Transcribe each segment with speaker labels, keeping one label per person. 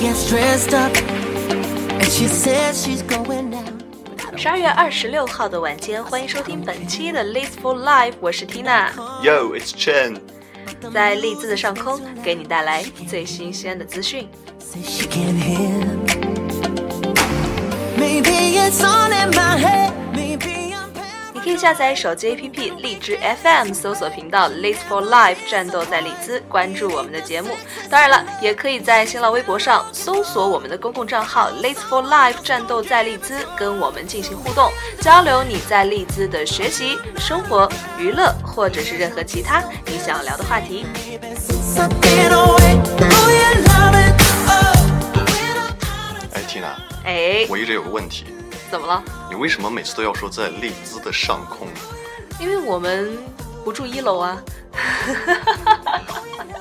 Speaker 1: gets dressed up and she says she's going out.
Speaker 2: 十二月二十六号的晚间，欢迎收听本期的 List for Life，我是 Tina，
Speaker 3: Yo, it's Chen.
Speaker 2: 在利兹的上空给你带来最新鲜的资讯。
Speaker 1: Say she can't hear. Maybe it's on in my head. Maybe I'm
Speaker 2: 你可以下载手机 APP 荔枝 FM，搜索频道 List for Life 战斗在荔枝，关注我们的节目。当然了，也可以在新浪微博上搜索我们的公共账号 List for Life 战斗在荔枝，跟我们进行互动，交流你在荔枝的学习、生活、娱乐，或者是任何其他你想要聊的话题。
Speaker 1: something away. Oh, you love it. Oh, when I'm out of
Speaker 3: 哎，Tina，
Speaker 2: 哎，
Speaker 3: 我一直有个问题，
Speaker 2: 怎么了？
Speaker 3: 你为什么每次都要说在利兹的上空？
Speaker 2: 因为我们不住一楼啊。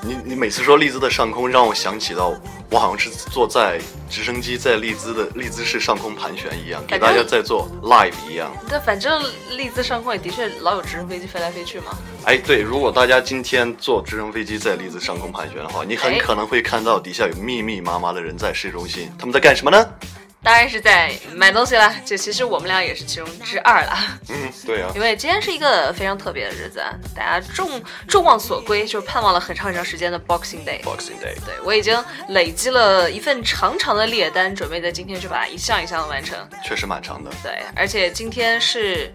Speaker 3: 你你每次说利兹的上空，让我想起到我好像是坐在直升机在利兹的利兹市上空盘旋一样，给
Speaker 2: 感觉
Speaker 3: 大家在做 live 一样。
Speaker 2: 那反正利兹上空也的确老有直升飞机飞来飞去嘛。
Speaker 3: 哎，对，如果大家今天坐直升飞机在利兹上空盘旋的话，你很
Speaker 2: 哎
Speaker 3: 可能会看到底下有密密麻麻的人在市中心，他们在干什么呢？
Speaker 2: 当然是在买东西啦，这其实我们俩也是其中之二啦。
Speaker 3: 嗯，对啊
Speaker 2: 因，为今天是一个非常特别的日子，啊，大家众众望所归，就是盼望了很长很长时间的 Boxing Day。
Speaker 3: Boxing Day。
Speaker 2: 对我已经累积了一份长长的列单，准备在今天去把它一项一项的完成。
Speaker 3: 确实蛮长的，
Speaker 2: 对，而且今天是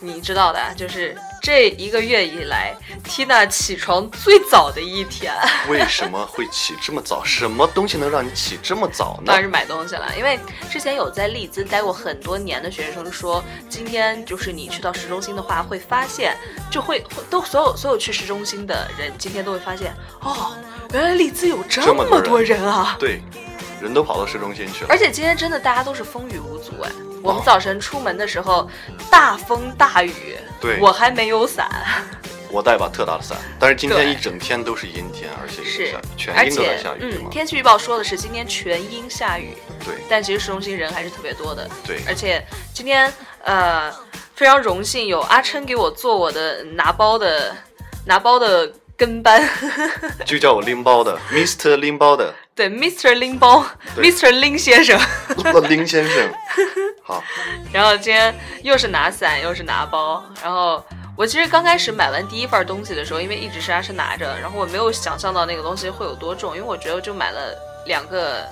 Speaker 2: 你知道的啊，就是这一个月以来 Tina 起床最早的一天。啊
Speaker 3: 为什么会起这么早？什么东西能让你起这么早呢
Speaker 2: 当？然是买东西了，因为之前有在利兹待过很多年的学生说，今天就是你去到市中心的话，会发现就会会都所有所有去市中心的人，今天都会发现哦，原来利兹有这
Speaker 3: 这么多
Speaker 2: 么
Speaker 3: 人
Speaker 2: 多人啊！
Speaker 3: 对，人都跑到市中心去了
Speaker 2: 而。且今天真的大家都是风雨无阻哎，我们
Speaker 3: 哦
Speaker 2: 早晨出门的时候大风大雨，
Speaker 3: 对
Speaker 2: 我还没有伞，
Speaker 3: 我带把特大的伞，但是今天
Speaker 2: 对
Speaker 3: 一整天都是阴天，而且有
Speaker 2: 是
Speaker 3: 下雨，，
Speaker 2: 而
Speaker 3: 全英都在
Speaker 2: 且
Speaker 3: 下雨，对
Speaker 2: 嗯，
Speaker 3: 吗？
Speaker 2: 天气预报说的是今天全阴下雨，
Speaker 3: 对
Speaker 2: 但其实市中心人还是特别多的，
Speaker 3: 对
Speaker 2: 而且今天呃非常荣幸有阿琛给我做我的拿包的拿包的跟班，
Speaker 3: 就叫我拎包的 Mr. 拎包的
Speaker 2: 对，Mr. 拎包
Speaker 3: 对
Speaker 2: ，Mr. 拎先生。
Speaker 3: 拎先生。好，
Speaker 2: 然后今天又是拿伞又是拿包，然后我其实刚开始买完第一份东西的时候，因为一直是阿是拿着，然后我没有想象到那个东西会有多重，因为我觉得就买了两个。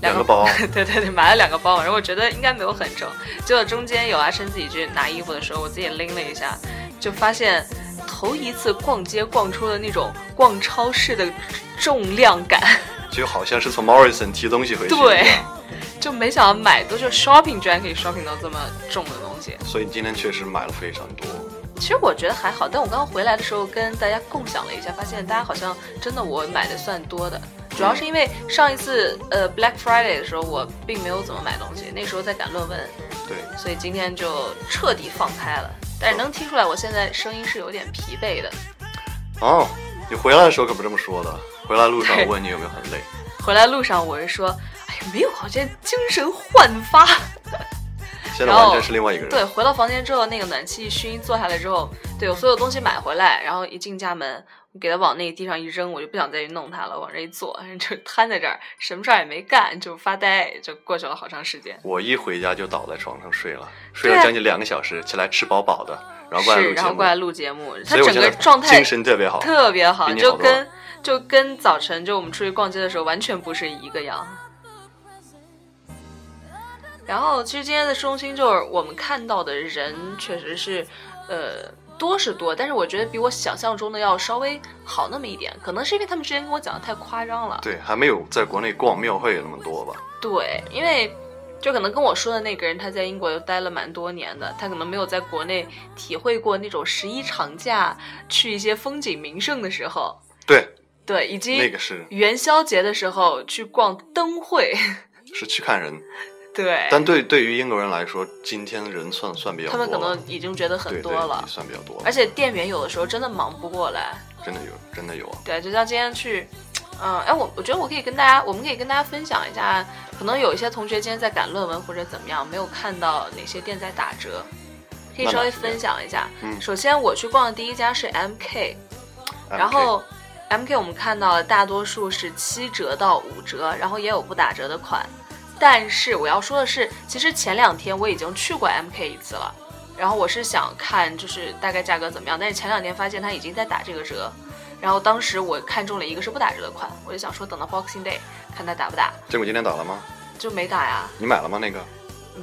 Speaker 3: 两个包
Speaker 2: 对对对，买了两个包，然后我觉得应该没有很重，结果中间有啊阿琛自己去拿衣服的时候，我自己拎了一下，就发现头一次逛街逛出了那种逛超市的重量感。
Speaker 3: 就好像是从 Morrison 提东西回去一
Speaker 2: 对
Speaker 3: 样。
Speaker 2: 就没想到买多，就 shopping 居然可以 shopping 到这么重的东西。
Speaker 3: 所以今天确实买了非常多。
Speaker 2: 其实我觉得还好，但我刚刚回来的时候跟大家共享了一下，发现大家好像真的我买的算多的，主要是因为上一次呃 Black Friday 的时候我并没有怎么买东西，那时候在赶论文，
Speaker 3: 对，
Speaker 2: 所以今天就彻底放开了。但是能听出来我现在声音是有点疲惫的。
Speaker 3: 哦，你回来的时候可不这么说的。回来路上
Speaker 2: 对
Speaker 3: 我问你有没有很累，
Speaker 2: 回来路上我是说，哎呀没有，好像精神焕发。
Speaker 3: 现在完全是另外一个人。
Speaker 2: 哦对，回到房间之后，那个暖气熏坐下来之后，对我所有东西买回来，然后一进家门，我给它往那个地上一扔，我就不想再去弄它了，往这一坐， 就瘫在这儿，什么事儿也没干，就发呆，就过去了好长时间。
Speaker 3: 我一回家就倒在床上睡了，
Speaker 2: 对
Speaker 3: 睡
Speaker 2: 啊
Speaker 3: 了将近两个小时，起来吃饱饱的，然后过来
Speaker 2: 是，
Speaker 3: 录
Speaker 2: 然后
Speaker 3: 节
Speaker 2: 过来
Speaker 3: 目，
Speaker 2: 录节目，他
Speaker 3: 所以我
Speaker 2: 整
Speaker 3: 现
Speaker 2: 个
Speaker 3: 在
Speaker 2: 状态
Speaker 3: 精神特别好。
Speaker 2: 特别好，
Speaker 3: 比你
Speaker 2: 就
Speaker 3: 好多
Speaker 2: 跟就跟早晨就我们出去逛街的时候完全不是一个样。然后其实今天的市中心就是我们看到的人确实是，呃，多是多，但是我觉得比我想象中的要稍微好那么一点，可能是因为他们之前跟我讲的太夸张了。
Speaker 3: 对，还没有在国内逛庙会那么多吧？
Speaker 2: 对，因为就可能跟我说的那个人，他在英国又待了蛮多年的，他可能没有在国内体会过那种十一长假去一些风景名胜的时候，
Speaker 3: 对，
Speaker 2: 对，以及
Speaker 3: 那个是
Speaker 2: 元宵节的时候去逛灯会，
Speaker 3: 是去看人，
Speaker 2: 对，
Speaker 3: 但对对于英国人来说，今天人算算比较
Speaker 2: 他
Speaker 3: 多了，
Speaker 2: 们可能已经觉得很
Speaker 3: 对
Speaker 2: 多
Speaker 3: 对
Speaker 2: 了，
Speaker 3: 算比较多了，
Speaker 2: 而且店员有的时候真的忙不过来，
Speaker 3: 真的有真的有啊，
Speaker 2: 对，就像今天去，嗯、哎，我我觉得我可以跟大家，我们可以跟大家分享一下，可能有一些同学今天在赶论文或者怎么样，没有看到哪些店在打折，可以稍微分享一下。
Speaker 3: 嗯哎
Speaker 2: 首先我去逛的第一家是 MK，然
Speaker 3: MK
Speaker 2: 后 M K 我们看到了大多数是七折到五折，然后也有不打折的款。但是我要说的是，其实前两天我已经去过 M K 一次了，然后我是想看就是大概价格怎么样，但是前两天发现它已经在打这个折，然后当时我看中了一个是不打折的款，我就想说等到 Boxing Day 看它打不打，
Speaker 3: 结果今天打了吗？
Speaker 2: 就没打呀，
Speaker 3: 你买了吗？那个？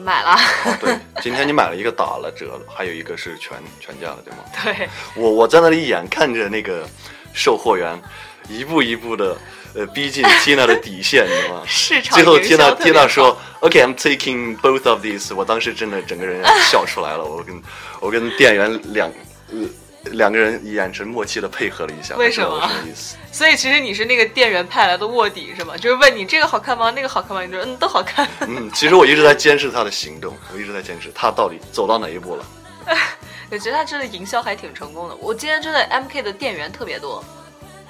Speaker 2: 买了。
Speaker 3: 哦，对，今天你买了一个打了折了，还有一个是全全价了，对吗？
Speaker 2: 对，
Speaker 3: 我我在那里一眼看着那个售货员一步一步的呃逼近 Tina 的底线，你知道吗？
Speaker 2: 市场
Speaker 3: 最后
Speaker 2: 营销
Speaker 3: Tina
Speaker 2: 特别
Speaker 3: Tina
Speaker 2: 好
Speaker 3: 说，OK，I'm、taking both of these。我当时真的整 个人笑出来了，我跟我跟店员两、呃、两个人眼神默契的配合了一下，
Speaker 2: 为什
Speaker 3: 不知
Speaker 2: 么
Speaker 3: 道我什么意思？
Speaker 2: 所以其实你是那个店员派来的卧底是吗？就是问你这个好看吗？那个好看吗？你说嗯都好看。
Speaker 3: 嗯，其实我一直在监视他的行动，我一直在监视他到底走到哪一步了。
Speaker 2: 我觉得他真的营销还挺成功的。我今天真的 M K 的店员特别多，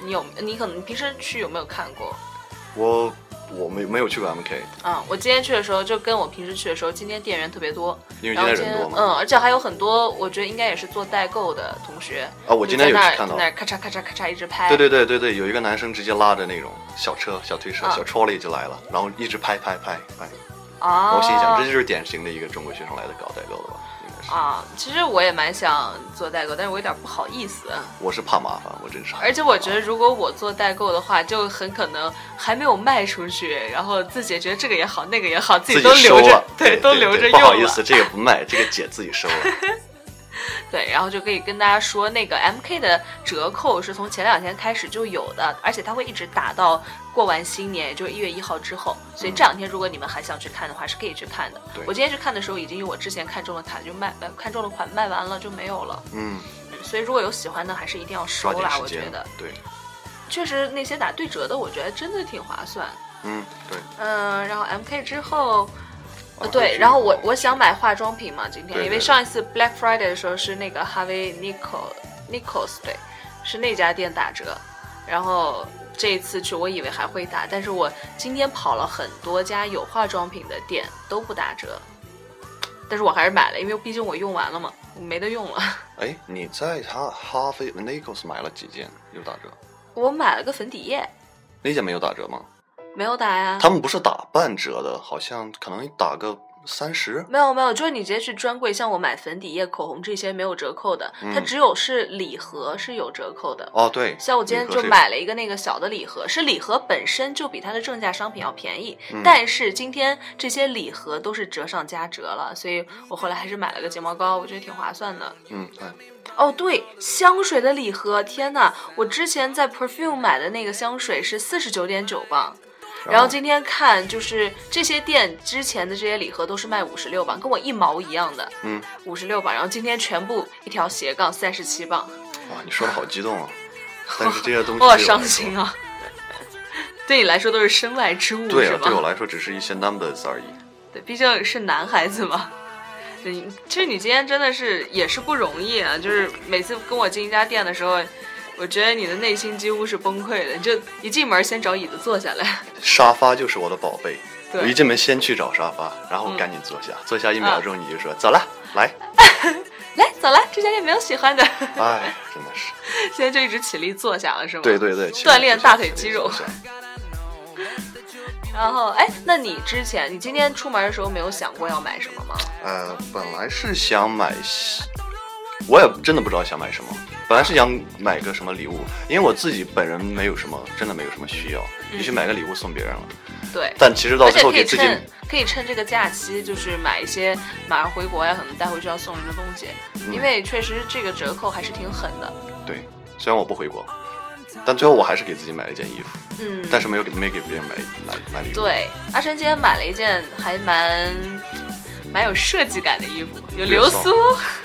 Speaker 2: 你有你可能你平时去有没有看过？
Speaker 3: 我我没没有去过 MK，
Speaker 2: 嗯，我今天去的时候就跟我平时去的时候，今天店员特别多，
Speaker 3: 因为
Speaker 2: 然后
Speaker 3: 今天
Speaker 2: 今
Speaker 3: 人
Speaker 2: 天
Speaker 3: 多嘛。
Speaker 2: 嗯，而且还有很多，我觉得应该也是做代购的同学。
Speaker 3: 啊，我
Speaker 2: 就
Speaker 3: 今天有
Speaker 2: 在那
Speaker 3: 去
Speaker 2: 儿
Speaker 3: 看到
Speaker 2: 在那。儿咔嚓咔嚓咔嚓一直拍。
Speaker 3: 对对对对对，有一个男生直接拉着那种小车、小推车、
Speaker 2: 啊
Speaker 3: 小 trolley 就来了，然后一直拍拍拍拍。
Speaker 2: 啊！
Speaker 3: 我心想，这就是典型的一个中国学生来的搞代购的吧？应该是。
Speaker 2: 啊，其实我也蛮想做代购，但是我有点不好意思。
Speaker 3: 我是怕麻烦，我真是。
Speaker 2: 而且我觉得，如果我做代购的话，就很可能还没有卖出去，然后自己也觉得这个也好，那个也好，自
Speaker 3: 自己
Speaker 2: 都留
Speaker 3: 收
Speaker 2: 着
Speaker 3: 了，，
Speaker 2: 都留着
Speaker 3: 对
Speaker 2: 用了。
Speaker 3: 不好意思，这个不卖，这个姐自己收了。
Speaker 2: 对，然后就可以跟大家说，那个 MK 的折扣是从前两天开始就有的，而且它会一直打到过完新年，也就是一月一号之后。所以这两天如果你们还想去看的话，是可以去看的
Speaker 3: 对。
Speaker 2: 我今天去看的时候，已经有我之前看中的卡就卖，呃看中的款卖完了就没有了。
Speaker 3: 嗯，
Speaker 2: 所以如果有喜欢的，还是一定要收
Speaker 3: 抓紧
Speaker 2: 啦。
Speaker 3: 时
Speaker 2: 我觉
Speaker 3: 间
Speaker 2: 得。
Speaker 3: 对，
Speaker 2: 确实那些打对折的，我觉得真的挺划算。
Speaker 3: 嗯，对。
Speaker 2: 嗯，然后 M K 之后，呃
Speaker 3: 啊
Speaker 2: 对，然后我我想买化妆品嘛，今天
Speaker 3: 对
Speaker 2: 因为
Speaker 3: 对
Speaker 2: 上一次 Black Friday 的时候是那个 Harvey Nichol Nichols 对，是那家店打折，然后这一次去我以为还会打，但是我今天跑了很多家有化妆品的店都不打折，但是我还是买了，因为毕竟我用完了嘛，我没得用了。
Speaker 3: 哎，你在他哈菲 Nichols 买了几件有打折？
Speaker 2: 我买了个粉底液，
Speaker 3: 那件没有打折吗？
Speaker 2: 没有打呀。
Speaker 3: 他们不是打半折的，好像可能打个三十。
Speaker 2: 没有没有，就是你直接去专柜，像我买粉底液、口红这些没有折扣的，它
Speaker 3: 嗯
Speaker 2: 只有是礼盒是有折扣的。
Speaker 3: 哦，对，
Speaker 2: 像我今天
Speaker 3: 礼盒
Speaker 2: 就是
Speaker 3: 有
Speaker 2: 买了一个那个小的礼盒，是礼盒本身就比它的正价商品要便宜，
Speaker 3: 嗯
Speaker 2: 但是今天这些礼盒都是折上加折了，所以我后来还是买了个睫毛膏，我觉得挺划算的。
Speaker 3: 嗯，哎，
Speaker 2: 哦，对，香水的礼盒，天呐，我之前在 Perfume 买的那个香水是四十九点九磅，
Speaker 3: 哦
Speaker 2: 然后今天看就是这些店之前的这些礼盒都是卖五十六磅，跟我一毛一样的，
Speaker 3: 嗯，
Speaker 2: 五十六磅，然后今天全部一条斜杠三十七磅，
Speaker 3: 哇，你说的好激 动啊！但是这些东西
Speaker 2: 我
Speaker 3: 对
Speaker 2: 好
Speaker 3: 我
Speaker 2: 伤心
Speaker 3: 啊！
Speaker 2: 啊！ 对你来说都是身外之物，
Speaker 3: 对
Speaker 2: 是
Speaker 3: 啊
Speaker 2: 吧，？
Speaker 3: 对我来说只是一些 numbers 而已。
Speaker 2: 对，毕竟是男孩子嘛。对，你其实你今天真的是也是不容易啊！就是每次跟我进一家店的时候，我觉得你的内心几乎是崩溃的。你就一进门先找椅子坐下来，
Speaker 3: 沙发就是我的宝贝，我一
Speaker 2: 对，
Speaker 3: 进门先去找沙发，然后
Speaker 2: 嗯
Speaker 3: 赶紧坐下，坐下一秒钟你就说 走了，哎来，
Speaker 2: 来，走了，这家店没有喜欢的，
Speaker 3: 哎，真的是，
Speaker 2: 现在就一直起立坐下了，是吗？
Speaker 3: 对。对对，
Speaker 2: 嗯锻炼大腿肌肉
Speaker 3: 是是
Speaker 2: 然后，哎，那你之前你今天出门的时候没有想过要买什么吗？
Speaker 3: 呃，本来是想买西，我也真的不知道想买什么。本来是想买个什么礼物，因为我自己本人没有什么，真的没有什么需要，也去买个礼物送别人了。
Speaker 2: 对。
Speaker 3: 但其实到
Speaker 2: 嗯而且
Speaker 3: 最后
Speaker 2: 可以
Speaker 3: 给自己
Speaker 2: 趁可以趁这个假期，就是买一些马上回国呀，可能带回去要送人的东西，
Speaker 3: 嗯
Speaker 2: 因为确实这个折扣还是挺狠的。
Speaker 3: 对，虽然我不回国，但最后我还是给自己买了一件衣服，
Speaker 2: 嗯，
Speaker 3: 但是没有给没给别人买买买礼物。
Speaker 2: 对，阿琛今天买了一件还蛮蛮有设计感的衣服，有
Speaker 3: 略
Speaker 2: 流
Speaker 3: 骚
Speaker 2: 苏，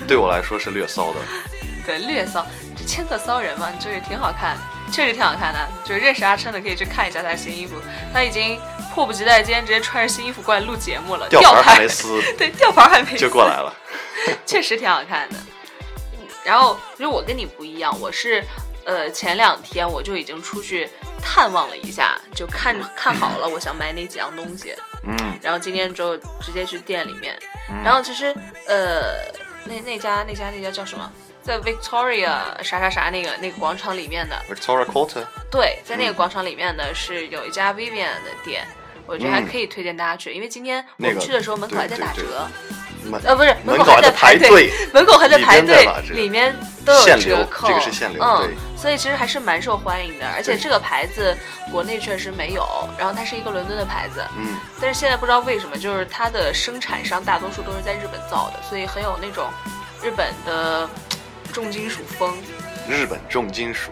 Speaker 3: 对我来说是略骚的，
Speaker 2: 对，略骚，这千个骚人嘛，就是挺好看，确实挺好看的。就是认识阿琛的可以去看一下他的新衣服，他已经迫不及待，今天直接穿着新衣服过来录节目了，
Speaker 3: 吊
Speaker 2: 吊
Speaker 3: 牌还没撕
Speaker 2: 对，吊牌还没
Speaker 3: 就过
Speaker 2: 撕
Speaker 3: 来了。
Speaker 2: 确实挺好看的。嗯然后，因为我跟你不一样，我是，呃，前两天我就已经出去探望了一下，就看看好了，我想买哪几样东西。
Speaker 3: 嗯
Speaker 2: 然后今天就直接去店里面，然后其实呃，那那家那家那家叫什么？在 Victoria 啥啥啥那个那个广场里面的，
Speaker 3: Victoria Quarter，
Speaker 2: 对，在那个广场里面呢是有一家 Vivian 的店，我觉得还
Speaker 3: 嗯
Speaker 2: 可以推荐大家去，因为今天我
Speaker 3: 那
Speaker 2: 们
Speaker 3: 个
Speaker 2: 去的时候门口还在
Speaker 3: 对
Speaker 2: 打
Speaker 3: 对
Speaker 2: 折，
Speaker 3: 门
Speaker 2: 呃，不是
Speaker 3: 门
Speaker 2: 口
Speaker 3: 口
Speaker 2: 还
Speaker 3: 在
Speaker 2: 排
Speaker 3: 排队，
Speaker 2: 门口还在排
Speaker 3: 里
Speaker 2: 队
Speaker 3: 面在打，折
Speaker 2: 里面都有
Speaker 3: 限
Speaker 2: 折
Speaker 3: 流
Speaker 2: 扣，
Speaker 3: 这个是限流
Speaker 2: 嗯
Speaker 3: 对，
Speaker 2: 所以其实还是蛮受欢迎的，而且
Speaker 3: 对
Speaker 2: 这个牌子国内确实没有，然后它是一个伦敦的牌子，
Speaker 3: 嗯，
Speaker 2: 但是现在不知道为什么，就是它的生产商大多数都是在日本造的，所以很有那种日本的嘖重金属风。
Speaker 3: 日本重金属，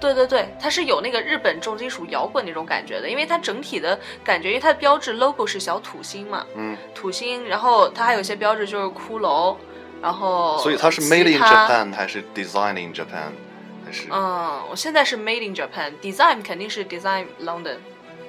Speaker 2: 对对对，它是有那个日本重金属摇滚那种感觉的，因为它整体的感觉，因为它的标志 logo 是小土星嘛，
Speaker 3: 嗯，
Speaker 2: 土星，然后它还有一些标志就是骷髅，然后
Speaker 3: 所以它是 made
Speaker 2: 吉
Speaker 3: in
Speaker 2: 哦他
Speaker 3: Japan 还是 design in Japan，还是
Speaker 2: 嗯，我现在是 Made in Japan，Design 肯定是 Design London，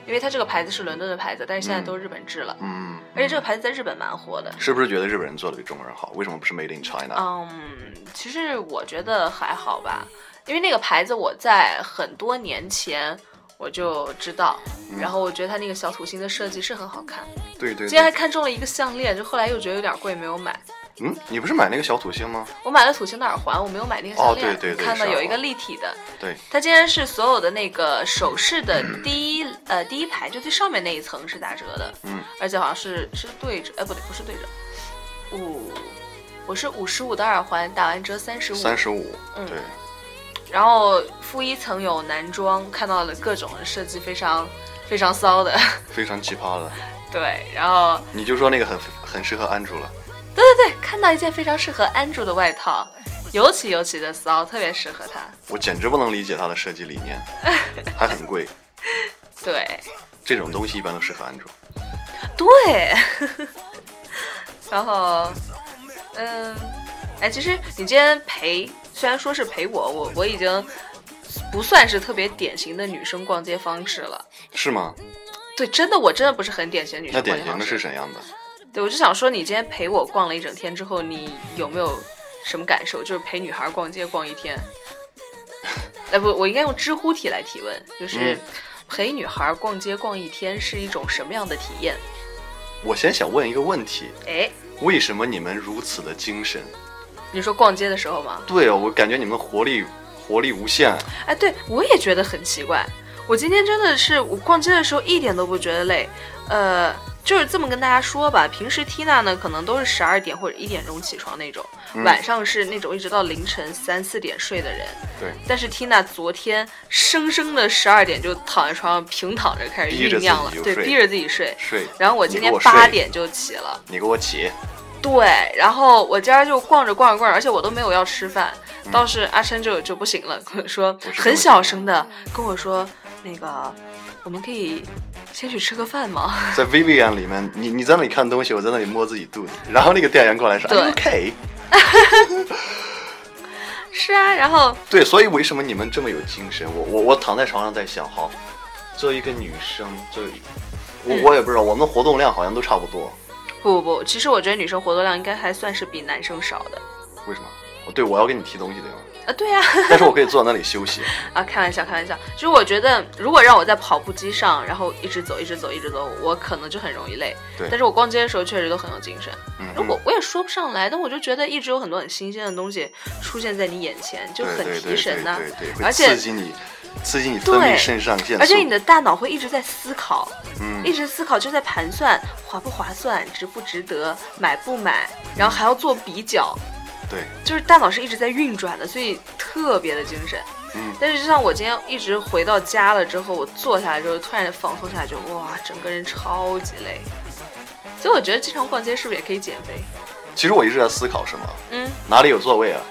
Speaker 2: 因为它这个牌子是伦敦的牌子，但是现在
Speaker 3: 嗯
Speaker 2: 都日本制了，
Speaker 3: 嗯，
Speaker 2: 而且这个牌子在日本蛮火的。
Speaker 3: 是不是觉得日本人做的比中国人好？为什么不是 made in China？
Speaker 2: 嗯，其实我觉得还好吧，因为那个牌子我在很多年前我就知道，然后我觉得它那个小土星的设计是很好看。
Speaker 3: 嗯对对
Speaker 2: 今天还
Speaker 3: 对，
Speaker 2: 看中了一个项链，就后来又觉得有点贵，没有买。
Speaker 3: 嗯，你不是买那个小土星吗？
Speaker 2: 我买了土星的耳环，我没有买那个
Speaker 3: 哦
Speaker 2: 项链。
Speaker 3: 对对对
Speaker 2: 看到
Speaker 3: 是
Speaker 2: 有一个
Speaker 3: 耳环
Speaker 2: 立体的，
Speaker 3: 对，
Speaker 2: 它竟然是所有的那个首饰的第一、呃第一排，就最上面那一层是打折的，
Speaker 3: 嗯，
Speaker 2: 而且好像是是对折，哎不对，不是对折，五，我是五十五的耳环，打完折三十五，
Speaker 3: 三十五，
Speaker 2: 嗯
Speaker 3: 对，
Speaker 2: 然后负一层有男装，看到了各种设计非常非常骚的，
Speaker 3: 非常奇葩的，
Speaker 2: 对，然后
Speaker 3: 你就说那个很很适合安住了，
Speaker 2: 对对对，看到一件非常适合安住的外套，尤其尤其的骚，特别适合他，
Speaker 3: 我简直不能理解它的设计理 念，还很贵，
Speaker 2: 对。
Speaker 3: 这种东西一般都适合安住。
Speaker 2: 对， 然后，嗯，哎，其实你今天陪，虽然说是陪我，我我已经不算是特别典型的女生逛街方式了。
Speaker 3: 是吗？
Speaker 2: 对，真的，我真的不是很典型的女
Speaker 3: 那
Speaker 2: 生逛街
Speaker 3: 典型
Speaker 2: 方
Speaker 3: 的是
Speaker 2: 式。
Speaker 3: 怎样的？
Speaker 2: 对，我就想说，你今天陪我逛了一整天之后，你有没有什么感受？就是陪女孩逛街逛一天。哎，不，我应该用知乎体来提问，就是
Speaker 3: 嗯
Speaker 2: 陪女孩逛街逛一天是一种什么样的体验？
Speaker 3: 我先想问一个问题：
Speaker 2: 哎，
Speaker 3: 为什么你们如此的精神？
Speaker 2: 你说逛街的时候吗？
Speaker 3: 对哦，我感觉你们的活力活力无限。啊
Speaker 2: 哎，对我也觉得很奇怪。我今天真的是，我逛街的时候一点都不觉得累。呃，就是这么跟大家说吧，平时 Tina 呢，可能都是十二点或者一点钟起床那种，晚上是那种一直到凌晨三四点睡的人。
Speaker 3: 对，
Speaker 2: 但是 Tina 昨天生生的十二点就躺在床上平躺着开始
Speaker 3: 逼着
Speaker 2: 酝
Speaker 3: 自己
Speaker 2: 酿了，
Speaker 3: 就
Speaker 2: 对，
Speaker 3: 睡
Speaker 2: 逼着自己睡。
Speaker 3: 睡。
Speaker 2: 然后我
Speaker 3: 你
Speaker 2: 今
Speaker 3: 给
Speaker 2: 天
Speaker 3: 我睡
Speaker 2: 八点就起了。
Speaker 3: 你给我起，
Speaker 2: 对，然后我今儿就逛着逛着逛着，而且我都没有要吃饭，倒是阿琛就就不行了，跟我说
Speaker 3: 我是
Speaker 2: 很
Speaker 3: 这么
Speaker 2: 小
Speaker 3: 想
Speaker 2: 声的跟我说，那个我们可以先去吃个饭吗？
Speaker 3: 在 Vivian 里面，你你在那里看东西，我在那里摸自己肚子。然后那个店员过来说
Speaker 2: 对
Speaker 3: "Are you，OK。
Speaker 2: 是啊，然后
Speaker 3: 对，所以为什么你们这么有精神？我我我躺在床上在想，好，作为一个女生，作为我
Speaker 2: 嗯
Speaker 3: 我也不知道，我们的活动量好像都差不多，
Speaker 2: 不不不，其实我觉得女生活动量应该还算是比男生少的
Speaker 3: 为什么？哦对，我要给你提东西对吗？
Speaker 2: 啊，对呀、
Speaker 3: 但是我可以坐在那里休息。
Speaker 2: 啊，开玩笑，开玩笑。其实我觉得，如果让我在跑步机上，然后一直走，一直走，一直走，我可能就很容易累。
Speaker 3: 对
Speaker 2: 但是我逛街的时候确实都很有精神。
Speaker 3: 嗯哼
Speaker 2: 如果我也说不上来，但我就觉得一直有很多很新鲜的东西出现在你眼前，就
Speaker 3: 对
Speaker 2: 很
Speaker 3: 对
Speaker 2: 提
Speaker 3: 对
Speaker 2: 神
Speaker 3: 对
Speaker 2: 呐、
Speaker 3: 对对，
Speaker 2: 而
Speaker 3: 会
Speaker 2: 且
Speaker 3: 刺激你，刺激你分
Speaker 2: 对
Speaker 3: 泌肾上腺素。
Speaker 2: 而且你的大脑会一直在思考，
Speaker 3: 嗯
Speaker 2: 一直思考，就在盘算划不划算，值不值得，买不买，然后还要做比较。
Speaker 3: 对，
Speaker 2: 就是大脑是一直在运转的，所以特别的精神。
Speaker 3: 嗯
Speaker 2: 但是就像我今天一直回到家了之后，我坐下来之后突然放松下来，就哇，整个人超级累。所以我觉得经常逛街是不是也可以减肥？
Speaker 3: 其实我一直在思考什么，
Speaker 2: 嗯，
Speaker 3: 哪里有座位啊？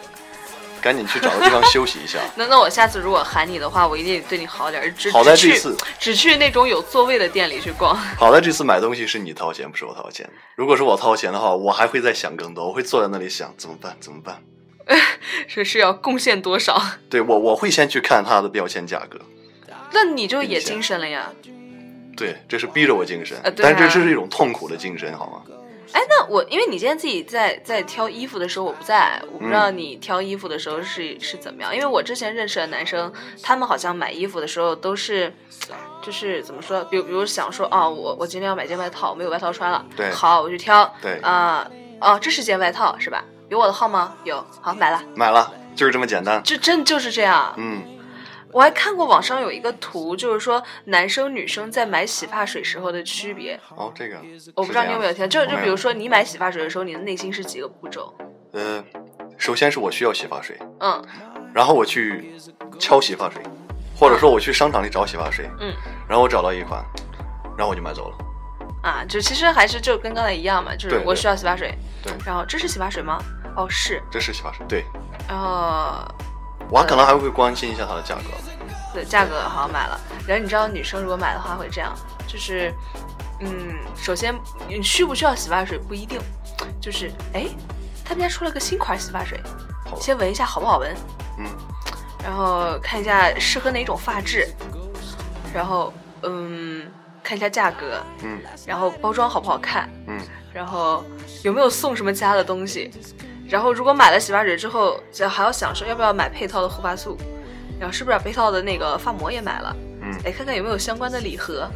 Speaker 3: 赶紧去找个地方休息 一下。
Speaker 2: 那那我下次如果喊你的话，我一定对你好点儿。只
Speaker 3: 好在
Speaker 2: 只
Speaker 3: 这
Speaker 2: 去
Speaker 3: 次，
Speaker 2: 只去那种有座位的店里去逛。
Speaker 3: 好在这次买东西是你掏钱，不是我掏钱。如果是我掏钱的话，我还会再想更多，我会坐在那里想怎么办，怎么办。
Speaker 2: 是是要贡献多 少？
Speaker 3: 对我，我会先去看它的标签价格。
Speaker 2: 那你就也
Speaker 3: 贡献
Speaker 2: 精神了呀。
Speaker 3: 对，这是逼着我精神，
Speaker 2: 啊对啊
Speaker 3: 但这是一种痛苦的精神，好吗？
Speaker 2: 哎，那我因为你今天自己在在挑衣服的时候我不在，我不知
Speaker 3: 嗯
Speaker 2: 道你挑衣服的时候是、是怎么样。因为我之前认识的男生，他们好像买衣服的时候都是，就是怎么说，比如比如想说啊，我我今天要买件外套，没有外套穿了，
Speaker 3: 对
Speaker 2: 好，我去挑，
Speaker 3: 对
Speaker 2: 啊、哦，这是件外套是吧？有我的号吗？有，好买了，
Speaker 3: 买了，就是这么简单。
Speaker 2: 这真就是这样。
Speaker 3: 嗯，
Speaker 2: 我还看过网上有一个图，就是说男生女生在买洗发水时候的区别。
Speaker 3: 哦，这个
Speaker 2: 我不知道你有没有
Speaker 3: 是
Speaker 2: 听，
Speaker 3: 这样
Speaker 2: 就
Speaker 3: 我
Speaker 2: 就
Speaker 3: 没有
Speaker 2: 比如说你买洗发水的时候，你的内心是几个步骤？
Speaker 3: 呃，首先是我需要洗发水，
Speaker 2: 嗯
Speaker 3: 然后我去敲洗发水，或者说我去商场里找洗发水，
Speaker 2: 嗯
Speaker 3: 然后我找到一款，然后我就买走了。
Speaker 2: 啊，就其实还是就跟刚才一样嘛，就是
Speaker 3: 对
Speaker 2: 我
Speaker 3: 对
Speaker 2: 需要洗发水，
Speaker 3: 对
Speaker 2: 然后这是洗发水吗？哦是，
Speaker 3: 这是洗发水，对
Speaker 2: 然后
Speaker 3: 我还可能还会关心一下它的价格。
Speaker 2: 对，价格好像买了。然后你知道女生如果买的话会这样，就是，嗯，首先你需不需要洗发水不一定，就是哎，他们家出了个新款洗发水
Speaker 3: 好，吧
Speaker 2: 先闻一下好不好闻，
Speaker 3: 嗯，
Speaker 2: 然后看一下适合哪种发质，然后嗯，看一下价格，
Speaker 3: 嗯
Speaker 2: 然后包装好不好看，
Speaker 3: 嗯，
Speaker 2: 然后有没有送什么其他的东西，然后如果买了洗发水之后，就还要想说要不要买配套的护发素，然后是不是把配套的那个发膜也买了，
Speaker 3: 嗯
Speaker 2: 哎，看看有没有相关的礼盒，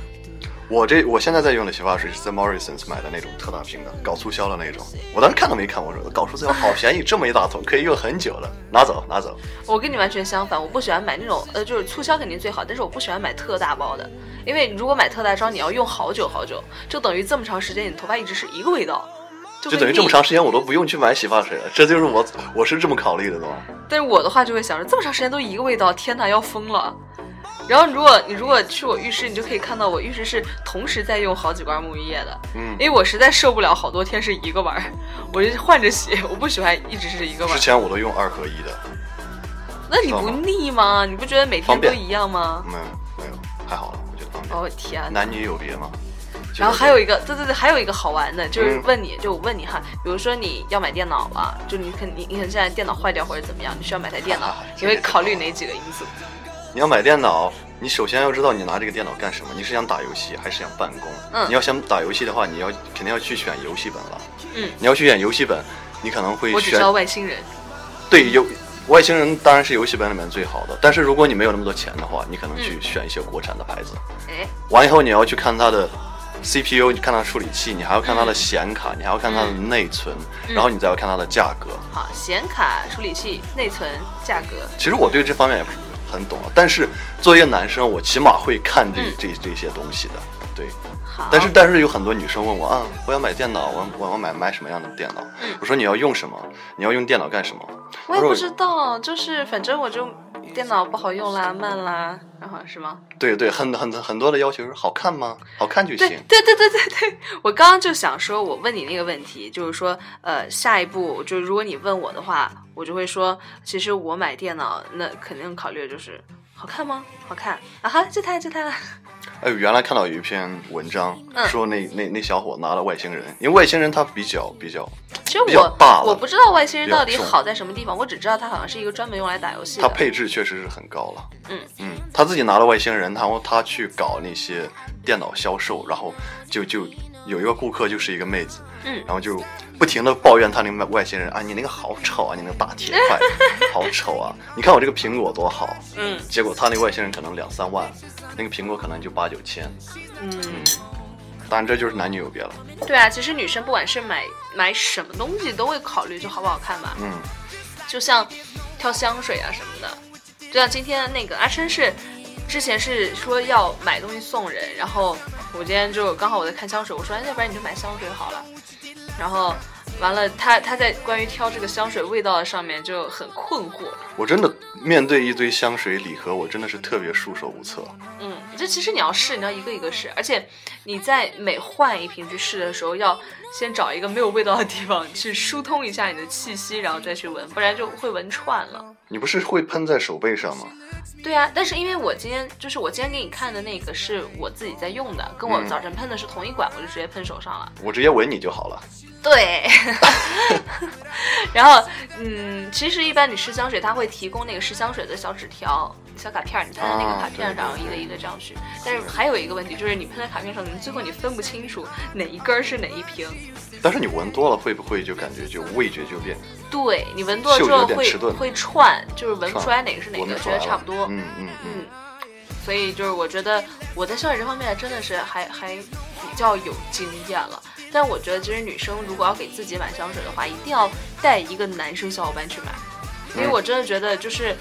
Speaker 3: 我这我现在在用的洗发水是在 Morrisons 买的那种特大瓶的，搞促销的那种。我当时看都没看，我说搞促销好便宜，这么一大桶可以用很久了，拿走拿 走。
Speaker 2: 我跟你完全相反，我不喜欢买那种，呃，就是促销肯定最好，但是我不喜欢买特大包的，因为如果买特大装，你要用好久好久，就等于这么长时间你头发一直是一个味道，就
Speaker 3: 就
Speaker 2: 会
Speaker 3: 等于这么
Speaker 2: 腻
Speaker 3: 长时间我都不用去买洗发水了，这就是我我是这么考虑的，懂吗？
Speaker 2: 但是我的话就会想着这么长时间都一个味道，天哪，要疯了。然后如果你如果去我浴室，你就可以看到我浴室是同时在用好几罐沐浴液的，
Speaker 3: 嗯
Speaker 2: 因为我实在受不了好多天是一个玩儿，我就换着洗，我不喜欢一直是一个玩
Speaker 3: 之
Speaker 2: 儿。
Speaker 3: 前我都用二合一的，
Speaker 2: 那你不腻吗？你不觉得每天
Speaker 3: 方
Speaker 2: 都
Speaker 3: 便
Speaker 2: 一样吗？
Speaker 3: 嗯没有没有，还好了，我觉得方便。
Speaker 2: 哦天哪！
Speaker 3: 男女有别嘛。
Speaker 2: 然后还有
Speaker 3: 一
Speaker 2: 一个，对对对，还有一个好玩的，就是
Speaker 3: 嗯，
Speaker 2: 问你，就我问你哈，比如说你要买电脑了，就你肯你你很现在电脑坏掉或者怎么样，你需要买台电脑你会考虑哪几啊个因素？
Speaker 3: 你要买电脑，你首先要知道你拿这个电脑干什么，你是想打游戏还是想办公？
Speaker 2: 嗯
Speaker 3: 你要想打游戏的话，你要肯定要去选游戏本了。
Speaker 2: 嗯，
Speaker 3: 你要去选游戏本，你可能会
Speaker 2: 我只知
Speaker 3: 选
Speaker 2: 道外星人。
Speaker 3: 对游外星人当然是游戏本里面最好的，但是如果你没有那么多钱的话，你可能去
Speaker 2: 嗯
Speaker 3: 选一些国产的牌子。
Speaker 2: 哎，
Speaker 3: 完以后你要去看它的 CPU，你看它的处理器，你还要看它的显卡，你还要看它的内存，
Speaker 2: 嗯
Speaker 3: 然后你再要看它的价格。
Speaker 2: 好，显卡、处理器、内存、价格，
Speaker 3: 其实我对这方面也不是很懂啊，但是作为一个男生，我起码会看这、
Speaker 2: 嗯啊
Speaker 3: 这这些东西的。对，
Speaker 2: 好，
Speaker 3: 但是但是有很多女生问我啊，我要买电脑，我我要买买什么样的电脑？
Speaker 2: 嗯
Speaker 3: 我说你要用什么？你要用电脑干什么？
Speaker 2: 我也
Speaker 3: 说
Speaker 2: 不知道，就是反正我就电脑不好用啦，慢啦，然后是吗？
Speaker 3: 对对，很很很多的要求是好看吗？好看就
Speaker 2: 对
Speaker 3: 行。
Speaker 2: 对对对对对，我刚刚就想说，我问你那个问题，就是说，呃，下一步就是如果你问我的话，我就会说，其实我买电脑那肯定考虑的就是好看吗？好看啊哈，这台这台，
Speaker 3: 哎，原来看到有一篇文章
Speaker 2: 嗯
Speaker 3: 说那、那那小伙拿了外星人，因为外星人他比较比较，
Speaker 2: 其实
Speaker 3: 比较大
Speaker 2: 我
Speaker 3: 了
Speaker 2: 我不知道外星人
Speaker 3: 比较
Speaker 2: 到底
Speaker 3: 重
Speaker 2: 好在什么地方，我只知道它好像是一个专门用来打游戏
Speaker 3: 他
Speaker 2: 的。
Speaker 3: 配置确实是很高了。
Speaker 2: 嗯
Speaker 3: 嗯，他自己拿了外星人，然后他去搞那些电脑销售，然后就就有一个顾客就是一个妹子，
Speaker 2: 嗯
Speaker 3: 然后就不停的抱怨他那个外星人啊，你那个好丑啊，你那个大铁块 好丑啊，你看我这个苹果多好。
Speaker 2: 嗯
Speaker 3: 结果他那个外星人可能两三万，那个苹果可能就八九千，
Speaker 2: 嗯。
Speaker 3: 当然这就是男女有别了。
Speaker 2: 对啊，其实女生不管是买买什么东西，都会考虑就好不好看吧。
Speaker 3: 嗯，
Speaker 2: 就像挑香水啊什么的，就像今天那个阿琛是之前是说要买东西送人，然后我今天就刚好我在看香水，我说哎要不然你就买香水好了。然后完了他，他在关于挑这个香水味道的上面就很困惑。
Speaker 3: 我真的面对一堆香水礼盒，我真的是特别束手无策。
Speaker 2: 嗯，这其实你要试，你要一个一个试，而且你在每换一瓶去试的时候，要先找一个没有味道的地方去疏通一下你的气息，然后再去闻，不然就会闻串了。
Speaker 3: 你不是会喷在手背上吗？
Speaker 2: 对啊，但是因为我今天就是我今天给你看的那个是我自己在用的，跟我
Speaker 3: 嗯
Speaker 2: 早晨喷的是同一款，我就直接喷手上了。
Speaker 3: 我直接吻你就好了。
Speaker 2: 对， 然后嗯，其实一般你试香水，它会提供那个试香水的小纸条、小卡片儿，你喷在那个
Speaker 3: 啊
Speaker 2: 卡片儿
Speaker 3: 对
Speaker 2: 上，然后一个一个这样去。但是还有一个问题就是，你喷在卡片上，你最后你分不清楚哪一根儿是哪一瓶。
Speaker 3: 但是你闻多了会不会就感觉就味觉就变
Speaker 2: 对你闻多了
Speaker 3: 嗅
Speaker 2: 之
Speaker 3: 觉有
Speaker 2: 后
Speaker 3: 点
Speaker 2: 会
Speaker 3: 迟钝
Speaker 2: 会串，就是闻不
Speaker 3: 串
Speaker 2: 出来哪个是哪
Speaker 3: 闻
Speaker 2: 个，
Speaker 3: 不
Speaker 2: 觉
Speaker 3: 出来
Speaker 2: 得
Speaker 3: 了
Speaker 2: 差不多。
Speaker 3: 嗯嗯嗯
Speaker 2: 嗯，所以就是我觉得我在香水这方面真的是还还比较有经验了。但我觉得，其实女生如果要给自己买香水的话，一定要带一个男生小伙伴去买，因为我真的觉得就是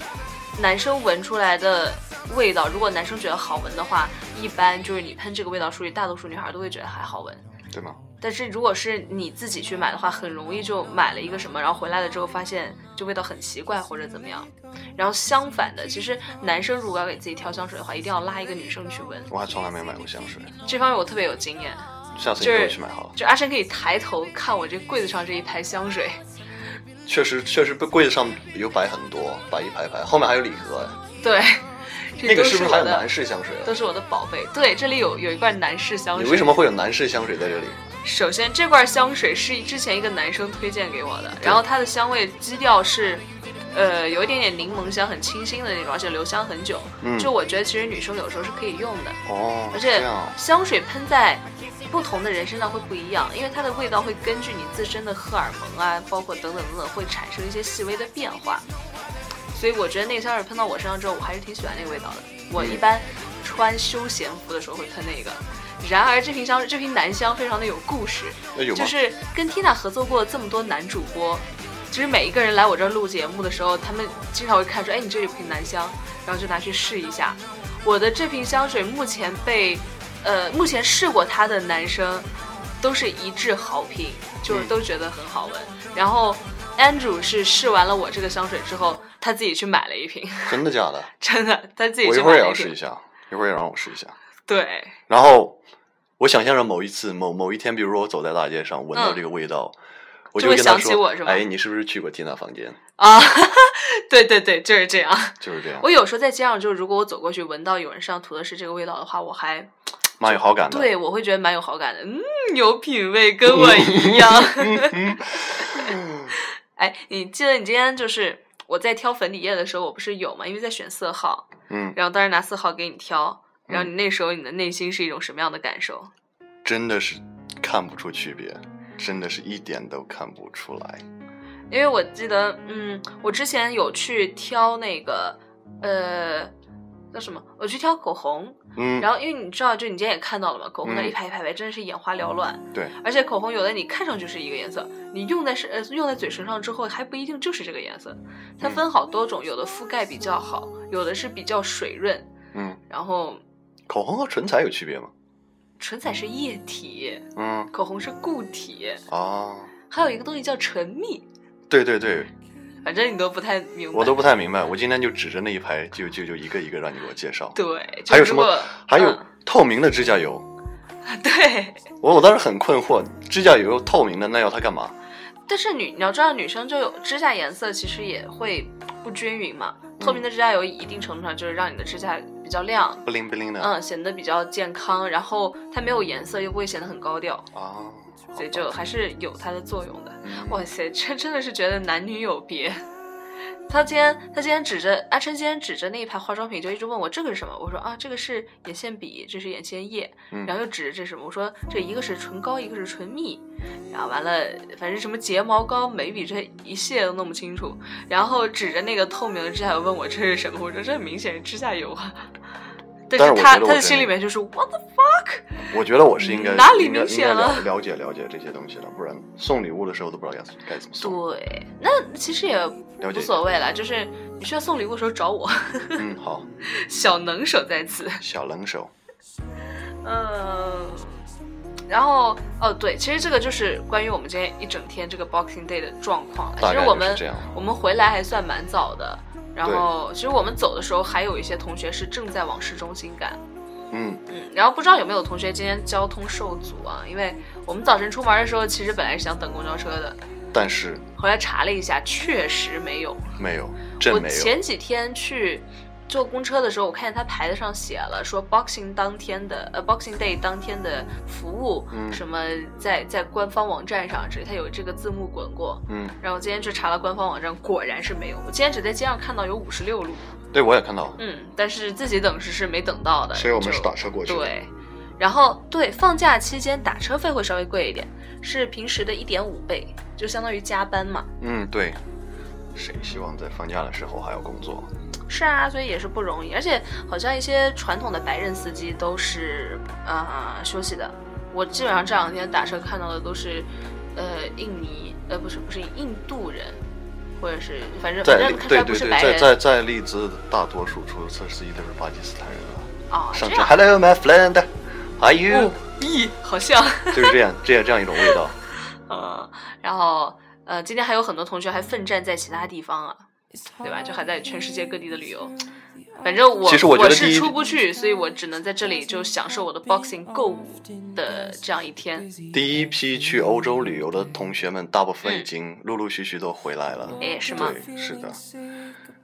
Speaker 2: 男生闻出来的味道，如果男生觉得好闻的话，一般就是你喷这个味道出去，大多数女孩都会觉得还好闻。
Speaker 3: 对吗？
Speaker 2: 但是如果是你自己去买的话，很容易就买了一个什么，然后回来了之后发现就味道很奇怪或者怎么样。然后相反的，其实男生如果要给自己挑香水的话，一定要拉一个女生去闻。
Speaker 3: 我还从来没有买过香水，
Speaker 2: 这方面我特别有经验，
Speaker 3: 下次
Speaker 2: 就
Speaker 3: 一定
Speaker 2: 是
Speaker 3: 会去买好了。
Speaker 2: 就阿山可以抬头看我这柜子上这一排香水，
Speaker 3: 确实，确实，柜子上有摆很多，摆一排排，后面还有礼盒，
Speaker 2: 对，
Speaker 3: 那
Speaker 2: 这
Speaker 3: 个
Speaker 2: 都
Speaker 3: 是不
Speaker 2: 我
Speaker 3: 还有
Speaker 2: 的，
Speaker 3: 男士香水啊？
Speaker 2: 都是我的宝贝。对，这里有有一罐男士香水。
Speaker 3: 你为什么？会有男士香水在这里？
Speaker 2: 首先，这罐香水是之前一个男生推荐给我的，然后它的香味基调是，呃，有一点点柠檬香，很清新的那种，而且留香很久。
Speaker 3: 嗯
Speaker 2: 就我觉得其实女生有时候是可以用的，
Speaker 3: 哦，
Speaker 2: 而
Speaker 3: 这
Speaker 2: 且
Speaker 3: 样啊，
Speaker 2: 香水喷在不同的人身上会不一样，因为它的味道会根据你自身的荷尔蒙啊，包括等等等等，会产生一些细微的变化。所以我觉得那个香水喷到我身上之后，我还是挺喜欢那个味道的。
Speaker 3: 嗯
Speaker 2: 我一般穿休闲服的时候会喷那个。然而这瓶香这瓶男香非常的有故事，
Speaker 3: 那哎有吗
Speaker 2: 就？是跟 Tina 合作过这么多男主播，就是每一个人来我这儿录节目的时候，他们经常会看说，哎，你这里有瓶男香，然后就拿去试一下。我的这瓶香水目前被，呃，目前试过它的男生都是一致好评，就是
Speaker 3: 嗯
Speaker 2: 都觉得很好闻。然后 Andrew 是试完了我这个香水之后，他自己去买了一瓶，
Speaker 3: 真的假的？
Speaker 2: 真的，他自己
Speaker 3: 我
Speaker 2: 去
Speaker 3: 一会
Speaker 2: 买了
Speaker 3: 儿也
Speaker 2: 一
Speaker 3: 要
Speaker 2: 瓶
Speaker 3: 试一下，一会儿也让我试一下。
Speaker 2: 对，
Speaker 3: 然后我想象着某一次某某一天，比如说我走在大街上，闻
Speaker 2: 嗯
Speaker 3: 到这个味道，我
Speaker 2: 就
Speaker 3: 会
Speaker 2: 会
Speaker 3: 跟他
Speaker 2: 想起
Speaker 3: 说：“
Speaker 2: 我是吗
Speaker 3: 哎，你是不是去过缇娜房间
Speaker 2: 啊， 对对对，就是这样。？”
Speaker 3: 就是这样
Speaker 2: 我，有时候在街上，就是如果我走过去闻到有人身上涂的是这个味道的话，我还
Speaker 3: 蛮有好感的。
Speaker 2: 对我会觉得蛮有好感的。嗯，有品味，跟我一样。哎，你记得你今天就是我在挑粉底液的时候，我不是有嘛？因为在选色号，
Speaker 3: 嗯，
Speaker 2: 然后当时拿色号给你挑，然后你那时候你的内心是一种什么样的感受？
Speaker 3: 真的是看不出区别，真的是一点都看不出来。
Speaker 2: 因为我记得，嗯，我之前有去挑那个，呃，叫什么？我去挑口红，
Speaker 3: 嗯，
Speaker 2: 然后因为你知道，就你今天也看到了嘛，口红的
Speaker 3: 嗯
Speaker 2: 一排一排排真的是眼花缭乱，
Speaker 3: 对，
Speaker 2: 而且口红有的你看上去是一个颜色，你用在身呃用在嘴唇上之后还不一定就是这个颜色，它分好多种，有的覆盖比较好，有的是比较水润，
Speaker 3: 嗯，
Speaker 2: 然后
Speaker 3: 口红和唇彩有区别吗？
Speaker 2: 唇彩是液体，
Speaker 3: 嗯，
Speaker 2: 口红是固体，
Speaker 3: 啊，
Speaker 2: 还有一个东西叫唇蜜，
Speaker 3: 对对对，
Speaker 2: 反正你都不太明白，
Speaker 3: 我都不太明白。我今天就指着那一排，就就就一个一个让你给我介绍。
Speaker 2: 对，就
Speaker 3: 还有
Speaker 2: 如
Speaker 3: 什么
Speaker 2: 果？
Speaker 3: 还有
Speaker 2: 嗯
Speaker 3: 透明的指甲油，
Speaker 2: 对，
Speaker 3: 我我当时很困惑，指甲油透明的，那要它干嘛？
Speaker 2: 但是女你要知道，女生就有指甲颜色其实也会不均匀嘛，透明的指甲油一定程度上就是让你的指甲比较亮。
Speaker 3: 不灵不灵的。
Speaker 2: 嗯，显得比较健康，然后它没有颜色又不会显得很高调，
Speaker 3: 啊，
Speaker 2: 所以就还是有它的作用的。
Speaker 3: 嗯
Speaker 2: 哇塞，这真的是觉得男女有别。他今天他今天指着阿琛今天指着那一排化妆品就一直问我这个是什么，我说啊这个是眼线笔，这是眼线液，
Speaker 3: 嗯
Speaker 2: 然后又指着这是什么，我说这一个是唇膏，一个是唇蜜，然后完了反正什么睫毛膏、眉笔这一系列都弄不清楚，然后指着那个透明的指甲油问我这是什么，我说这明显是指甲油啊。但
Speaker 3: 但是我
Speaker 2: 他
Speaker 3: 觉得我
Speaker 2: 他的
Speaker 3: 真
Speaker 2: 心里
Speaker 3: 的
Speaker 2: 面就是 what the
Speaker 3: 我觉得我是应该
Speaker 2: 嗯哪里
Speaker 3: 应该
Speaker 2: 明显
Speaker 3: 应该
Speaker 2: 了
Speaker 3: 了解了解这些东西了，不然送礼物的时候都不知道该该怎么送。
Speaker 2: 对，那其实也
Speaker 3: 了
Speaker 2: 无
Speaker 3: 解
Speaker 2: 所谓了，就是你需要送礼物的时候找我，
Speaker 3: 嗯，好，
Speaker 2: 小能手在此。
Speaker 3: 小冷手，
Speaker 2: 嗯，然后哦对，其实这个就是关于我们今天一整天这个 Boxing Day 的状况了。
Speaker 3: 大
Speaker 2: 其
Speaker 3: 概
Speaker 2: 实我
Speaker 3: 就是
Speaker 2: 们
Speaker 3: 这样。
Speaker 2: 我们回来还算蛮早的，然后其实我们走的时候还有一些同学是正在往市中心赶，
Speaker 3: 嗯，
Speaker 2: 嗯，然后不知道有没有同学今天交通受阻啊？因为我们早晨出门的时候，其实本来是想等公交车的，
Speaker 3: 但是
Speaker 2: 后来查了一下，确实没有。
Speaker 3: 没有，真
Speaker 2: 我
Speaker 3: 没有。
Speaker 2: 前几天去坐公车的时候，我看见他牌子上写了说 Boxing 当天的呃 Boxing Day 当天的服务，
Speaker 3: 嗯
Speaker 2: 什么在在官方网站上，这它有这个字幕滚过。
Speaker 3: 嗯，
Speaker 2: 然后我今天去查了官方网站，果然是没有。我今天只在街上看到有五十六路，
Speaker 3: 对我也看到，
Speaker 2: 嗯，但是自己等时是没等到的。
Speaker 3: 所以我们
Speaker 2: 就是
Speaker 3: 打车过去的。
Speaker 2: 对，然后对放假期间打车费会稍微贵一点，是平时的一点五倍，就相当于加班嘛。
Speaker 3: 嗯，对。谁希望在放假的时候还要工作？
Speaker 2: 是啊，所以也是不容易，而且好像一些传统的白人司机都是呃休息的，我基本上这两天打车看到的都是，呃，印尼，呃，不是不是印度人，或者是反正反
Speaker 3: 在
Speaker 2: 正
Speaker 3: 利
Speaker 2: 看出
Speaker 3: 对
Speaker 2: 来不
Speaker 3: 对
Speaker 2: 是
Speaker 3: 对，
Speaker 2: 白
Speaker 3: 在
Speaker 2: 人
Speaker 3: 在在利兹，大多数出租车司机都是巴基斯坦人啊。
Speaker 2: 哦，这
Speaker 3: 上车
Speaker 2: 样
Speaker 3: ，Hello my friend，Are
Speaker 2: 哦
Speaker 3: you？、，
Speaker 2: 咦， 好像，
Speaker 3: 就是这样，这样这样一种 味道。
Speaker 2: 嗯，然后呃，今天还有很多同学还奋战在其他地方啊，对吧？就还在全世界各地的旅游。反正我
Speaker 3: 其实我觉得第
Speaker 2: 是
Speaker 3: 一
Speaker 2: 出不去，所以我只能在这里就享受我的 boxing 购物的这样一天。
Speaker 3: 第一批去欧洲旅游的同学们，大部分已
Speaker 2: 嗯
Speaker 3: 经陆陆续续都回来了。
Speaker 2: 哎，是吗？
Speaker 3: 对，是的。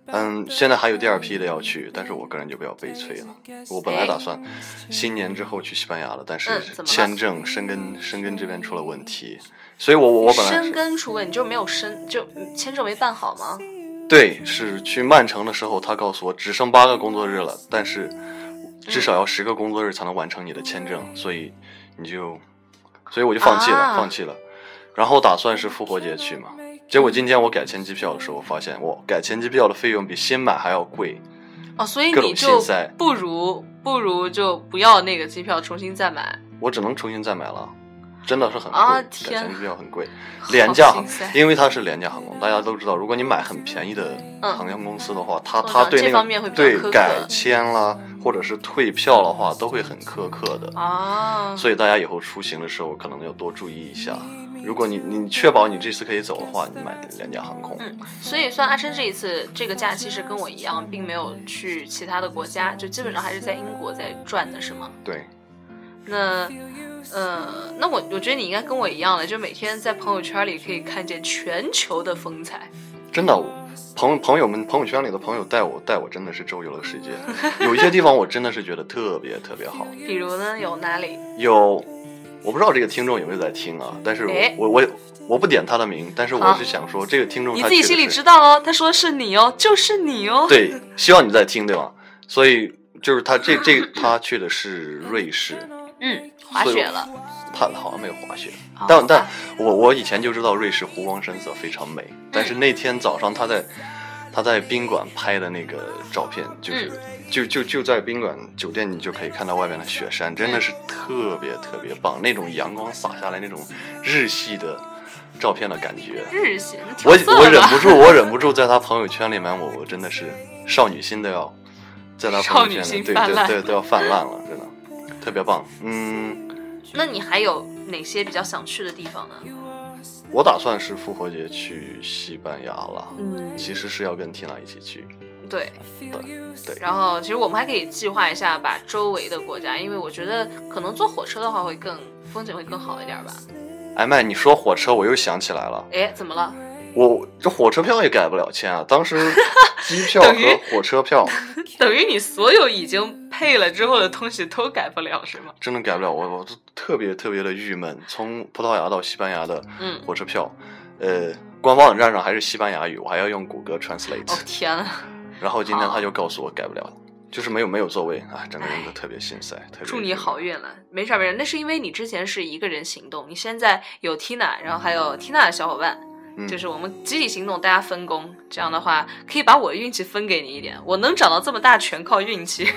Speaker 3: 嗯，现在还有第二批的要去，但是我个人就比较悲催了。我本来打算新年之后去西班牙了，但是
Speaker 2: 嗯怎么了
Speaker 3: 签证申根申根这边出了问题，所以我我我本来
Speaker 2: 申
Speaker 3: 是
Speaker 2: 根除问，你就没有申，就嗯签证没办好吗？
Speaker 3: 对是去曼城的时候，他告诉我只剩八个工作日了，但是至少要十个工作日才能完成你的签证，所以你就，所以我就放弃了，
Speaker 2: 啊
Speaker 3: 放弃了。然后打算是复活节去嘛，结果今天我改签机票的时候，发现我改签机票的费用比新买还要贵。
Speaker 2: 哦，所以
Speaker 3: 各
Speaker 2: 你
Speaker 3: 种
Speaker 2: 就
Speaker 3: 心塞
Speaker 2: 不如不如就不要那个机票，重新再买。
Speaker 3: 我只能重新再买了，真的是很贵，
Speaker 2: 啊
Speaker 3: 改
Speaker 2: 天
Speaker 3: 签机票很贵，廉价
Speaker 2: 好
Speaker 3: 航
Speaker 2: 心塞，
Speaker 3: 因为它是廉价航空，大家都知道，如果你买很便宜的
Speaker 2: 嗯
Speaker 3: 航空公司的话，它
Speaker 2: 我
Speaker 3: 它
Speaker 2: 懂
Speaker 3: 对
Speaker 2: 这
Speaker 3: 那
Speaker 2: 方面会
Speaker 3: 个
Speaker 2: 比较苛刻
Speaker 3: 对改签啦，或者是退票的话，都会很苛刻的，
Speaker 2: 啊，
Speaker 3: 所以大家以后出行的时候可能要多注意一下。如果你你确保你这次可以走的话，你买廉价航空，
Speaker 2: 嗯，所以算阿琛这一次这个假期是跟我一样，并没有去其他的国家，就基本上还是在英国在转的，是吗？
Speaker 3: 对，
Speaker 2: 那，呃，那我我觉得你应该跟我一样的，就每天在朋友圈里可以看见全球的风采。
Speaker 3: 真的。我朋朋友们，朋友圈里的朋友带我带我，真的是周游了世 界。有一些地方我真的是觉得特别特别好，
Speaker 2: 比如呢，有哪
Speaker 3: 哦
Speaker 2: 里？
Speaker 3: 有，我不知道这个听众有没有在听啊，但是我
Speaker 2: 哎
Speaker 3: 我我我不点他的名，但是我
Speaker 2: 好
Speaker 3: 是想说，这个听众
Speaker 2: 你
Speaker 3: 他
Speaker 2: 自己
Speaker 3: 去的
Speaker 2: 心里
Speaker 3: 是
Speaker 2: 知道哦。他说是你哦，就是你哦。
Speaker 3: 对，希望你在听，对吧？所以就是他这这他去的是瑞士，
Speaker 2: 嗯，滑
Speaker 3: 所以
Speaker 2: 雪
Speaker 3: 我
Speaker 2: 了。
Speaker 3: 他好像没有滑雪
Speaker 2: 哦，
Speaker 3: 但但我我以前就知道瑞士湖光山色非常美，但是那天早上他在他在宾馆拍的那个照片，
Speaker 2: 嗯
Speaker 3: 就是、就就就在宾馆酒店，你就可以看到外面的雪山，真的是特别特别棒，那种阳光洒下来那种日系的照片的感觉，
Speaker 2: 日系，那
Speaker 3: 我
Speaker 2: 调色
Speaker 3: 我
Speaker 2: 了
Speaker 3: 忍
Speaker 2: 吧
Speaker 3: 不住，我忍不住在他朋友圈里面，我我真的是少女心都要在他
Speaker 2: 少
Speaker 3: 朋友
Speaker 2: 女
Speaker 3: 圈
Speaker 2: 心
Speaker 3: 里，对
Speaker 2: 泛滥
Speaker 3: 对对，都要泛滥了，真的特别棒。嗯，
Speaker 2: 那你还有哪些比较想去的地方呢？
Speaker 3: 我打算是复活节去西班牙了，
Speaker 2: 嗯
Speaker 3: 其实是要跟缇娜一起去。
Speaker 2: 对，
Speaker 3: 对
Speaker 2: 然后其实我们还可以计划一下，把周围的国家，因为我觉得可能坐火车的话会更风景会更好一点吧。
Speaker 3: 哎麦，你说火车，我又想起来了，
Speaker 2: 哎，怎么了？
Speaker 3: 我这火车票也改不了签啊，当时机票
Speaker 2: 等于
Speaker 3: 和火车票
Speaker 2: 等于你所有已经配了之后的东西都改不了是吗？
Speaker 3: 真的改不了，我我就特别特别的郁闷，从葡萄牙到西班牙的
Speaker 2: 嗯
Speaker 3: 火车票，呃，官方网站上还是西班牙语，我还要用谷歌 Translate，、
Speaker 2: 哦天啊！
Speaker 3: 然后今天
Speaker 2: 好
Speaker 3: 他就告诉我改不了，就是没有没有座位啊，整个人都特别心塞。特别
Speaker 2: 祝你好
Speaker 3: 郁
Speaker 2: 运了，没事儿没事儿，那是因为你之前是一个人行动，你现在有 Tina，然后还有 Tina 的小伙伴，
Speaker 3: 闷，嗯、
Speaker 2: 就是我们集体行动，大家分工，这样的话可以把我的运气分给你一点，我能长到这么大全靠运 气。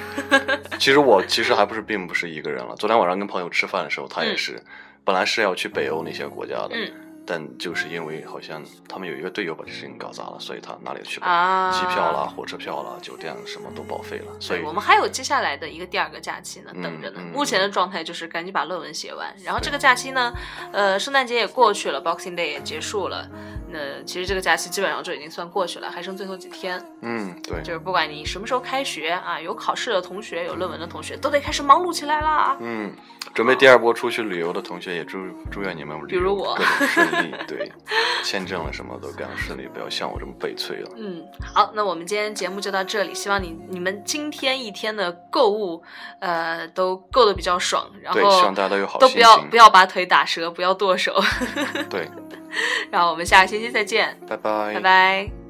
Speaker 3: 其实我其实还不是并不是一个人了，昨天晚上跟朋友吃饭的时候，他也
Speaker 2: 嗯
Speaker 3: 是，本来是要去北欧那些国家的，
Speaker 2: 嗯
Speaker 3: 但就是因为好像他们有一个队友把这事情搞砸了，所以他哪里也去不了。
Speaker 2: 啊，
Speaker 3: 机票啦、火车票啦、酒店啊什么都报废了，所以
Speaker 2: 对，我们还有接下来的一个第二个假期呢，
Speaker 3: 嗯
Speaker 2: 等着呢。
Speaker 3: 嗯
Speaker 2: 目前的状态就是赶紧把论文写完，然后
Speaker 3: 对
Speaker 2: 这个假期呢，呃，圣诞节也过去了，Boxing Day 也结束了，那其实这个假期基本上就已经算过去了，还剩最后几天。
Speaker 3: 嗯，对，
Speaker 2: 就是不管你什么时候开学啊，有考试的同学，有论文的同学，都得开始忙碌起来啦。啊
Speaker 3: 嗯，准备第二波出去旅游的同学也祝祝愿你们旅
Speaker 2: 比如
Speaker 3: 游
Speaker 2: 我
Speaker 3: 各种 顺利，对，签证了什么都各样顺利，不要像我这么悲催了。
Speaker 2: 嗯，好，那我们今天节目就到这里，希望你你们今天一天的购物，呃，都购的比较爽，然后
Speaker 3: 对，希望大家都有好
Speaker 2: 都
Speaker 3: 心
Speaker 2: 不要
Speaker 3: 情。
Speaker 2: 不要把腿打折，不要剁手，
Speaker 3: 对，
Speaker 2: 然后我们下个星期再见，
Speaker 3: 拜拜，
Speaker 2: 拜拜